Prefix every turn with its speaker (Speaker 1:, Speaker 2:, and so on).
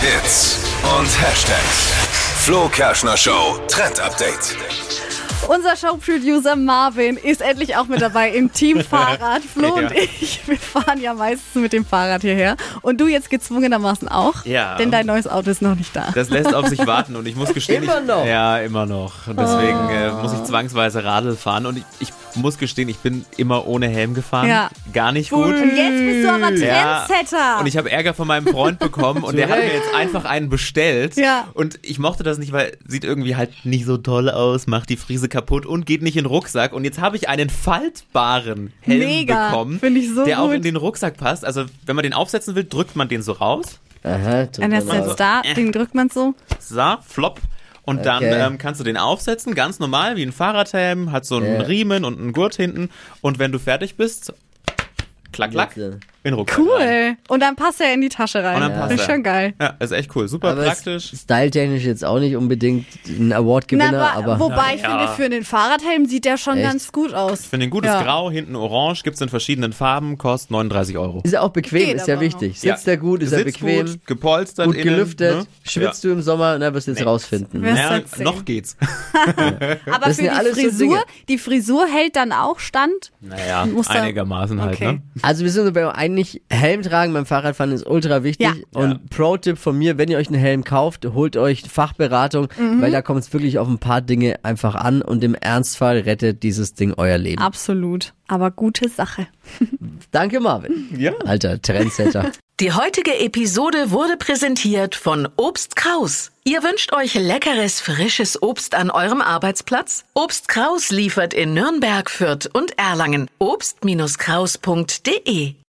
Speaker 1: Hits und Hashtags. Flo Kerschner Show Trend Update.
Speaker 2: Unser Showproducer Marvin ist endlich auch mit dabei im Team Fahrrad. Flo
Speaker 3: Ja.
Speaker 2: und ich, wir fahren ja meistens mit dem Fahrrad hierher. Und du jetzt gezwungenermaßen auch,
Speaker 3: Ja.
Speaker 2: denn dein neues Auto ist noch nicht da.
Speaker 3: Das lässt auf sich warten und ich muss gestehen.
Speaker 4: Immer
Speaker 3: ich,
Speaker 4: noch. Ah.
Speaker 3: Ja, immer noch. Und deswegen äh, muss ich zwangsweise Radl fahren und ich, ich muss gestehen, ich bin immer ohne Helm gefahren.
Speaker 2: Ja.
Speaker 3: Gar nicht gut.
Speaker 2: Und jetzt bist du aber Trendsetter.
Speaker 3: Und ich habe Ärger von meinem Freund bekommen und der hat mir
Speaker 4: Zurecht.
Speaker 3: jetzt einfach einen bestellt.
Speaker 2: Ja.
Speaker 3: Und ich mochte das nicht, weil sieht irgendwie halt nicht so toll aus, macht die Frise kaputt und geht nicht in den Rucksack. Und jetzt habe ich einen faltbaren Helm
Speaker 2: Mega,
Speaker 3: bekommen,
Speaker 2: find ich so
Speaker 3: der auch
Speaker 2: gut.
Speaker 3: in den Rucksack passt. Also wenn man den aufsetzen will, drückt man den so raus.
Speaker 4: Aha, tut
Speaker 2: Und
Speaker 4: mir
Speaker 2: er ist
Speaker 4: leid.
Speaker 2: Äh, jetzt da, den drückt man so.
Speaker 3: So, flop. Und dann
Speaker 4: Okay.
Speaker 3: ähm, kannst du den aufsetzen, ganz normal, wie ein Fahrradhelm, hat so einen
Speaker 4: Ja.
Speaker 3: Riemen und einen Gurt hinten. Und wenn du fertig bist, klack, Also, klack,
Speaker 4: Bitte.
Speaker 3: in den Rucksack. rein.
Speaker 2: Cool. Und dann passt er in die Tasche rein.
Speaker 3: Und dann passt
Speaker 2: das ist
Speaker 3: er.
Speaker 2: schon geil.
Speaker 3: Ja, ist echt cool. Super
Speaker 4: Aber
Speaker 3: praktisch.
Speaker 4: praktisch. Styletechnisch jetzt auch nicht unbedingt ein Award-Gewinner,
Speaker 2: Na, aber,
Speaker 4: aber
Speaker 2: wobei, ich
Speaker 3: Na ja.
Speaker 2: finde, für den Fahrradhelm sieht der schon
Speaker 4: Echt?
Speaker 2: ganz gut aus.
Speaker 3: Finde ein gutes
Speaker 2: Ja.
Speaker 3: Grau, hinten orange, gibt's in verschiedenen Farben, kostet 39 Euro.
Speaker 4: ist ja auch bequem,
Speaker 2: Geht
Speaker 4: ist ja
Speaker 2: aber
Speaker 4: wichtig.
Speaker 3: Ja.
Speaker 4: Sitzt er gut, ist er
Speaker 3: Sitzt
Speaker 4: bequem,
Speaker 3: Gut,
Speaker 4: gut,
Speaker 3: gepolstert, innen,
Speaker 4: gelüftet,
Speaker 3: ne?
Speaker 4: schwitzt du im Sommer, na, wirst du jetzt rausfinden.
Speaker 2: Wirst
Speaker 3: Ja,
Speaker 2: du jetzt sehen.
Speaker 3: noch geht's.
Speaker 2: Aber
Speaker 4: Das
Speaker 2: für
Speaker 4: sind
Speaker 2: die
Speaker 4: ja alles so
Speaker 2: Frisur,
Speaker 4: Dinge.
Speaker 2: die Frisur hält dann auch stand.
Speaker 3: Naja,
Speaker 2: Muss da-
Speaker 3: einigermaßen halt,
Speaker 2: Okay.
Speaker 3: ne?
Speaker 4: Also wir sind so beim eigentlich Helm tragen beim Fahrradfahren ist ultra wichtig.
Speaker 2: Ja.
Speaker 4: Und Pro-Tipp von mir, wenn ihr euch einen Helm kauft, holt euch Fachberatung,
Speaker 2: Mhm.
Speaker 4: weil da kommt es wirklich auf ein paar Dinge einfach an und im Ernstfall rettet dieses Ding euer Leben.
Speaker 2: Absolut. Aber gute Sache.
Speaker 4: Danke, Marvin.
Speaker 3: Ja.
Speaker 4: Alter, Trendsetter.
Speaker 5: Die heutige Episode wurde präsentiert von Obst Kraus. Ihr wünscht euch leckeres, frisches Obst an eurem Arbeitsplatz? Obst Kraus liefert in Nürnberg, Fürth und Erlangen. Obst-Kraus.de